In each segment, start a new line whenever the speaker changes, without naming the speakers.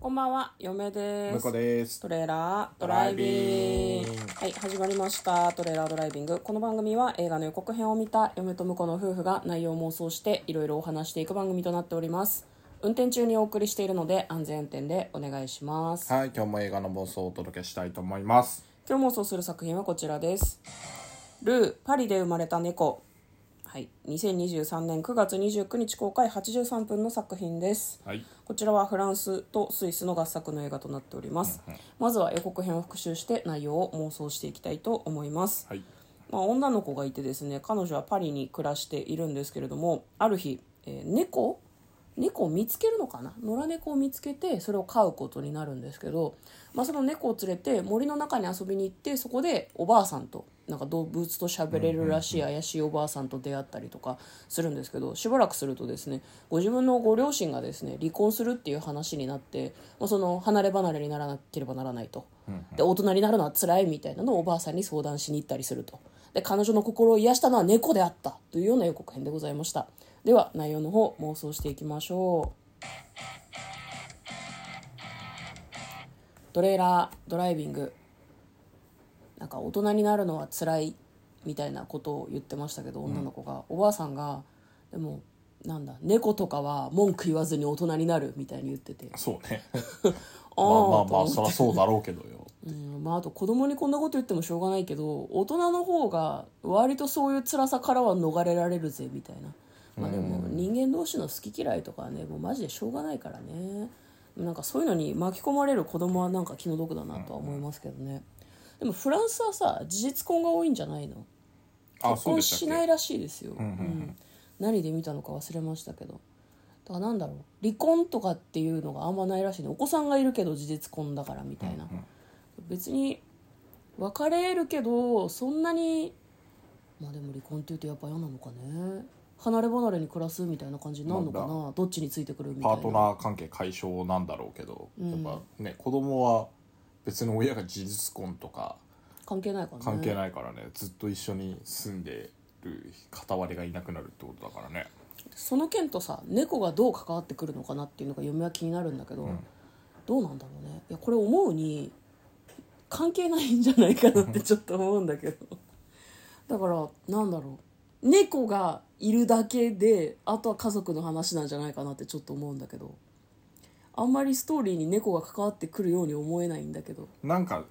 こんばんは、嫁です。
向こうです
トレーラードライビング
ドライビング
はい、始まりました。トレーラードライビング。この番組は映画の予告編を見た嫁と婿の夫婦が内容を妄想していろいろお話していく番組となっております。運転中にお送りしているので安全運転でお願いします。
はい、今日も映画の妄想をお届けしたいと思います。
今日妄想する作品はこちらです。ルー、パリで生まれた猫。はい、2023年9月29日公開83分の作品です。
はい。
こちらはフランスとスイスの合作の映画となっております。まずは予告編を復習して内容を妄想していきたいと思います。
はい。
まあ、女の子がいてですね、彼女はパリに暮らしているんですけれども、ある日、えー猫猫を見つけるのかな野良猫を見つけてそれを飼うことになるんですけど、まあ、その猫を連れて森の中に遊びに行ってそこでおばあさんとなんか動物と喋れるらしい怪しいおばあさんと出会ったりとかするんですけどしばらくするとですねご自分のご両親がですね離婚するっていう話になって、まあ、その離れ離れにならなければならないとで大人になるのは辛いみたいなのをおばあさんに相談しに行ったりするとで彼女の心を癒したのは猫であったというような予告編でございましたでは内容の方妄想していきましょうトレーラードライビングなんか大人になるのは辛いみたいなことを言ってましたけど女の子が、おばあさんがでもなんだ猫とかは文句言わずに大人になるみたいに言ってて
そうね。
あ
まあまあま
と思っ
あ、
て
そりゃそうだろうけど よ。
うんまあ、あと子供にこんなこと言ってもしょうがないけど大人の方が割とそういう辛さからは逃れられるぜみたいな、まあ、でも人間同士の好き嫌いとかはねもうマジでしょうがないからねなんかそういうのに巻き込まれる子供はなんか気の毒だなとは思いますけどねでもフランスはさ事実婚が多いんじゃないの
あ、
結
そう
婚
でし
した
っ
ない
け
らしいですよ、うん何で見たのか忘れましたけどだからなんだろう離婚とかっていうのがあんまないらしいねお子さんがいるけど事実婚だからみたいな、別に別れるけどそんなにまあでも離婚って言うとやっぱ嫌なのかね離れ離れに暮らすみたいな感じになるのかな
な
どっちについてくるみたいな
パートナー関係解消なんだろうけど、やっぱね、子供は別に親が事実婚とか
関係ないかな
関係ないからね、ずっと一緒に住んでる片割れがいなくなるってことだからね。
その件とさ猫がどう関わってくるのかなっていうのが嫁は気になるんだけど、どうなんだろうねいやこれ思うに関係ないんじゃないかなってちょっと思うんだけどだからなんだろう猫がいるだけであとは家族の話なんじゃないかなってちょっと思うんだけどあんまりストーリーに猫が関わってくるように思えないんだけど
なんか、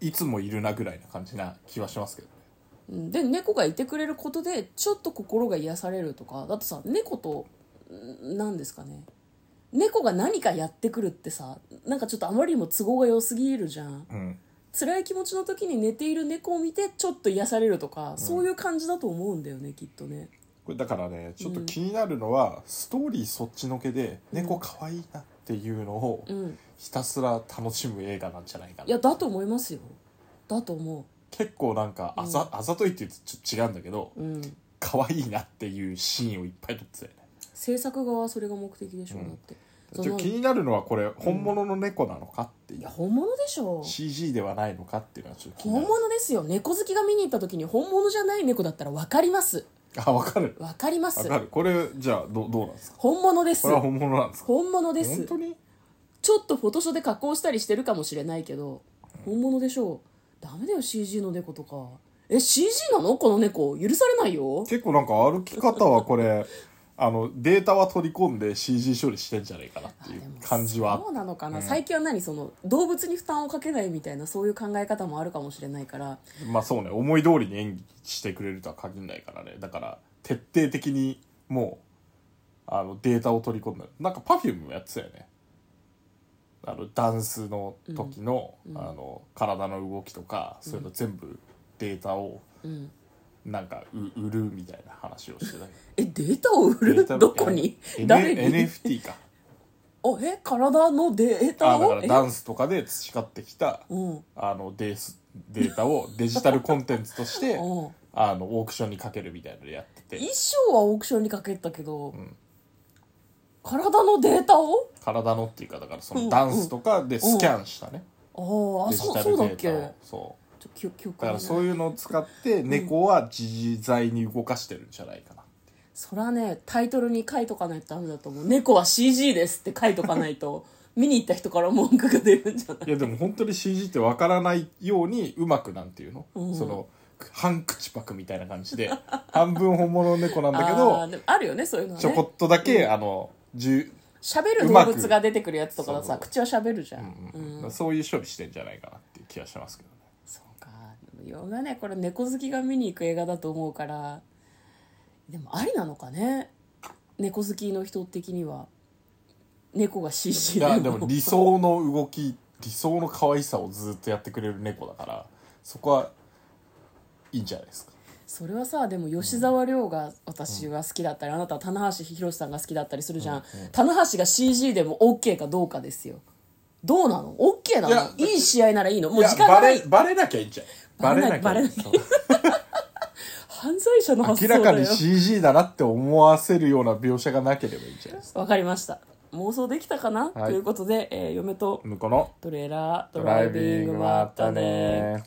いつもいるなぐらいな感じな気はしますけどね。
うんで猫がいてくれることでちょっと心が癒されるとかだってさ猫とんなんですかね猫が何かやってくるってさなんかちょっとあまりにも都合が良すぎるじゃん
うん。
辛い気持ちの時に寝ている猫を見てちょっと癒されるとか、そういう感じだと思うんだよねきっとね
これだからねちょっと気になるのは、ストーリーそっちのけで猫可愛いなっていうのを
うん
ひたすら楽しむ映画なんじゃないか
いや
な
だと思いますよだと思
結構なんかあざ,、あざといって言うとちょっと違うんだけど
ううん
可愛いなっていうシーンをいっぱい撮ってたよね
制作側はそれが目的でしょう、だってそ
ちょっ
の
と気
い
になるのはこれ本物の猫なのかっていう、
や本物でしょ
CG ではないのかっていうのはちょっと気にな
本
る
物ですよ猫好きが見に行った時に本物じゃない猫だったら分かります
あわかる
わかります
わかるこれじゃあどどうなんですか
本物です
これは本物なんですか
本物で
本
す
当に
ちょっとフォトショーで加工したりしてるかもしれないけど本物でしょうダメだよ CG の猫とかえ CG なのこの猫許されないよ
結構なんか歩き方はこれあのデータは取り込んで CG 処理してんじゃないかなっていう感じはあっ
そうなのかな、最近は何その動物に負担をかけないみたいなそういう考え方もあるかもしれないから
まあそうね思い通りに演技してくれるとは限らないからねだから徹底的にもうあのデータを取り込んだなんか Perfume もやってたよねあのダンスの時の,、あの体の動きとかそういうの全部データを
うん
なんかう売るみたいな話をしてたけ
えデータを売
どデ
る
ータ
どこに
え N-
誰に、
NFT か
あえ体のデータ
あだか
を
らダンスとかで培ってきた
えうん
あのデースデータ をデジタルコンテンツとして
うん
あのオークションにかけるみたいなのやってて
衣装はオークションにかけたけど、体のデータを
体のっていうかだからそ
うん
のダンスとかでスキャンしたね
ああ
デジ
そう
タ
そう
ル
だ
デ
っ
ー
け
タを
ち
そう
ょ記憶記憶が
だか
な
ら
い
そういうのを使って猫は自在に動かしてるんじゃないかな
そらねタイトルに書いとかないとダメだと思う「猫は CG です」って書いとかないと見に行った人から文句が出るんじゃない
いやでも本当に CG ってわからないようにうまくなんていうの、
うん
その半口パクみたいな感じで半分本物の猫なんだけ
あ
ど
ーでもあるよねそういうのは
ちょ
ね
こっとだけ、あのじゅ、
喋る
う
動
まく
物が出てくるやつとかだとさ
そう
口は喋るじゃ、
うんん
う
うん
ん
そういう処理してんじゃないかなっていう気がしますけどね
そうか洋画ねこれ猫好きが見に行く映画だと思うからでもありなのかね猫好きの人的には猫が CG
いやでも理想の動き理想の可愛さをずっとやってくれる猫だからそこはいいんじゃないですか
それはさでも吉沢亮が私は好きだったり、あなたは棚橋宏さんが好きだったりするじゃん、棚橋が CG でも OK かどうかですよどうなの OK ないの
や
いい試合ならいいのも
いうや
時間が
バ
ない
レバレなきゃいいんじゃない
バレなきゃ
そう
犯罪者の発
明
想だ
ら
よ
かに CG だなって思わせるような描写がなければいいんじゃないですか
わかりました妄想できたかな、
はい
ということで、えー嫁と
向こうの
トレーラード
ド
ラ
ラ
イ
イ
ビ
ビ
ン
ン
グ
グ
も
も
あ
あ
っ
ったた
ね
ね